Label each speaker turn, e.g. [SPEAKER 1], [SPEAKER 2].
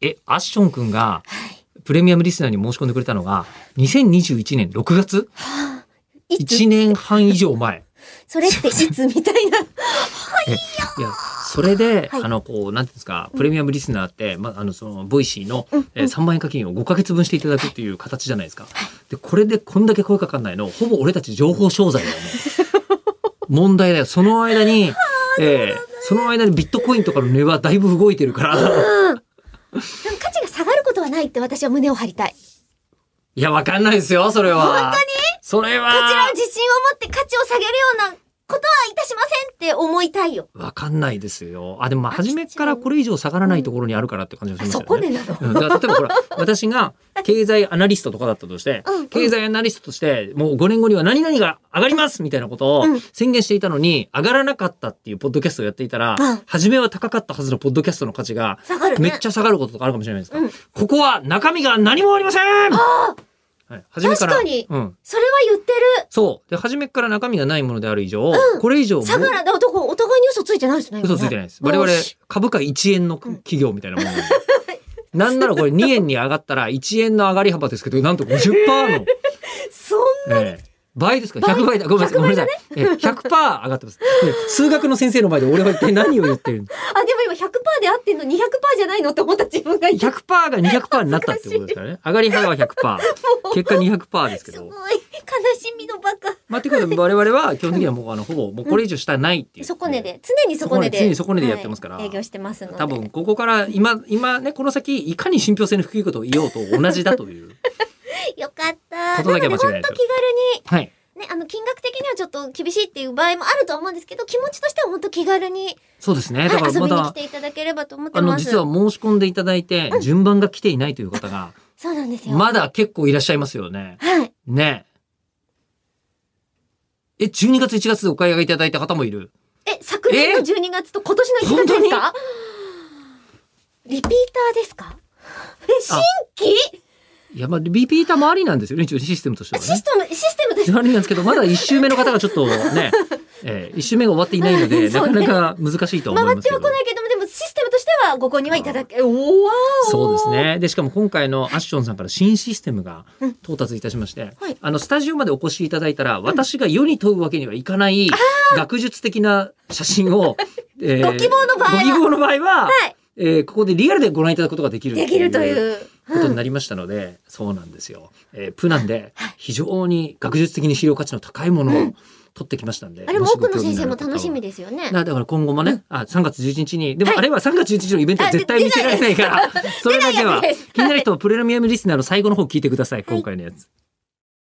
[SPEAKER 1] え、アッション君が、プレミアムリスナーに申し込んでくれたのが、2021年6月
[SPEAKER 2] いつ
[SPEAKER 1] ?1 年半以上前。
[SPEAKER 2] それっていつみたいな。
[SPEAKER 1] えいや、それで、
[SPEAKER 2] はい
[SPEAKER 1] あの、こう、なんていうんですか、プレミアムリスナーって、ま、あの、その、ボイシーの、
[SPEAKER 2] うん
[SPEAKER 1] えー3万円課金を5ヶ月分していただくっていう形じゃないですか。で、これでこんだけ声かかんないの、ほぼ俺たち情報商材だよね。 問題だよ。その間に、えーその間にビットコインとかの値はだいぶ動いてるから、
[SPEAKER 2] うん。でも価値が下がることはないって私は胸を張りたい。
[SPEAKER 1] いや、わかんないですよ、それは。本当にそれ
[SPEAKER 2] こちらは
[SPEAKER 1] は、
[SPEAKER 2] 自信を持って価値を下げるようなことはいたしませんって思いたいよ。
[SPEAKER 1] わかんないですよ。あ、でもまあ、
[SPEAKER 2] 飽き
[SPEAKER 1] 初めからこれ以上下がらないところにあるからって感じがし
[SPEAKER 2] あ
[SPEAKER 1] ますよ
[SPEAKER 2] そ
[SPEAKER 1] ね。
[SPEAKER 2] こでなの。
[SPEAKER 1] うん、だから例えばほら 私が経済アナリストとかだったとして、
[SPEAKER 2] うんうん
[SPEAKER 1] 経済アナリストとしてもう5年後には何々が上がりますみたいなことを
[SPEAKER 2] うん
[SPEAKER 1] 宣言していたのに、上がらなかったっていうポッドキャストをやっていたら、
[SPEAKER 2] うん
[SPEAKER 1] 初めは高かったはずのポッドキャストの価値が
[SPEAKER 2] 下がる
[SPEAKER 1] め
[SPEAKER 2] ね。
[SPEAKER 1] っちゃ下がることとかあるかもしれないですか、
[SPEAKER 2] うん
[SPEAKER 1] ここは中身が何もありませんはい、初めから
[SPEAKER 2] 確かに
[SPEAKER 1] うん、
[SPEAKER 2] それは言ってる。
[SPEAKER 1] そうで初めから中身がないものである以上、
[SPEAKER 2] うん
[SPEAKER 1] これ以上も
[SPEAKER 2] 下がら、だからどこお互いに嘘ついてないですね。今ね
[SPEAKER 1] 嘘ついてないです。我々
[SPEAKER 2] よし
[SPEAKER 1] 株価1円の企業みたいなも のなんで。なんならこれ2円に上がったら1円の上がり幅ですけど、なんと50%の、
[SPEAKER 2] そん
[SPEAKER 1] ええ倍ですか ?100 倍だ。ごめんなさい。ごめんなさい。ええ100%上がってます。で数学の先生の前で俺は一体何を言ってるの
[SPEAKER 2] あ、でも今100%で合ってんの200%じゃないのって思った自分がいる。
[SPEAKER 1] ?100% が200%になったってことですからね。上がり幅は100%。結果200%ですけ
[SPEAKER 2] すごい
[SPEAKER 1] ど。
[SPEAKER 2] 悲しみのバカ。
[SPEAKER 1] まあ、ってことで我々は基本的にはもうあの、ほぼもうこれ以上下ないっていう。
[SPEAKER 2] 底値で常に底値で
[SPEAKER 1] 常に底値でやってますから
[SPEAKER 2] はい営業してますので
[SPEAKER 1] 多分ここから今、今ね、この先、いかに信憑性の低いことを言おうと同じだという。
[SPEAKER 2] よかった
[SPEAKER 1] ことだけは間違いない
[SPEAKER 2] なので本当気軽に
[SPEAKER 1] はい。
[SPEAKER 2] ねあの金額的にはちょっと厳しいっていう場合もあるとは思うんですけど気持ちとしては本当気軽に、
[SPEAKER 1] そうですね。
[SPEAKER 2] はい
[SPEAKER 1] だから
[SPEAKER 2] 遊
[SPEAKER 1] ま
[SPEAKER 2] びに来
[SPEAKER 1] だ、
[SPEAKER 2] ていただければと思って
[SPEAKER 1] あ
[SPEAKER 2] ま
[SPEAKER 1] の、
[SPEAKER 2] す
[SPEAKER 1] 実は申し込んでいただいて、順番が来ていないという方が、
[SPEAKER 2] そうなんですよ、
[SPEAKER 1] まだ結構いらっしゃいますよね。
[SPEAKER 2] はい
[SPEAKER 1] ねえ。え、12月1月でお買い上げいただいた方もいる。
[SPEAKER 2] え昨年の
[SPEAKER 1] え
[SPEAKER 2] 12月と今年の1月ですかリピーターですかえ新規
[SPEAKER 1] いや、まあ、リピーターもありなんですよね、一応システムとしては
[SPEAKER 2] シ
[SPEAKER 1] ね
[SPEAKER 2] ス。テムシステムです
[SPEAKER 1] ありなんですけど、まだ1周目の方がちょっとね、え1周目が終わっていないので、
[SPEAKER 2] そ
[SPEAKER 1] な
[SPEAKER 2] う
[SPEAKER 1] か
[SPEAKER 2] ね
[SPEAKER 1] なか難しいとは思い
[SPEAKER 2] 回
[SPEAKER 1] ます
[SPEAKER 2] って
[SPEAKER 1] け
[SPEAKER 2] は
[SPEAKER 1] ど
[SPEAKER 2] こ。ないけどもでもシステムとしてはご購入はいただけおーわー
[SPEAKER 1] そうですね。で、しかも今回のアッションさんから新システムが
[SPEAKER 2] うん
[SPEAKER 1] 到達いたしまして、
[SPEAKER 2] はい
[SPEAKER 1] あの、スタジオまでお越しいただいたら、私が世に問うわけにはいかない学術的な写真を、 えー
[SPEAKER 2] ご希望の場合は
[SPEAKER 1] ご希望の場合は、
[SPEAKER 2] はい
[SPEAKER 1] えーここでリアルでご覧いただくことができる
[SPEAKER 2] できると
[SPEAKER 1] って
[SPEAKER 2] いう
[SPEAKER 1] ことになりましたので、そうなんですよ。えープナンで非常に学術的に資料価値の高いものを取ってきましたんで。
[SPEAKER 2] あれも
[SPEAKER 1] しご
[SPEAKER 2] 奥の
[SPEAKER 1] 興味の
[SPEAKER 2] 先生
[SPEAKER 1] ある
[SPEAKER 2] も
[SPEAKER 1] 方は
[SPEAKER 2] 楽しみですよね
[SPEAKER 1] なだから今後もね、あ3月11日にでも、
[SPEAKER 2] はい
[SPEAKER 1] あれは3月11日のイベントは絶対見せられないからそれだけは
[SPEAKER 2] 出ないやつです
[SPEAKER 1] 気になる人はプレミアムリスナーの最後の方聞いてください今回のやつ。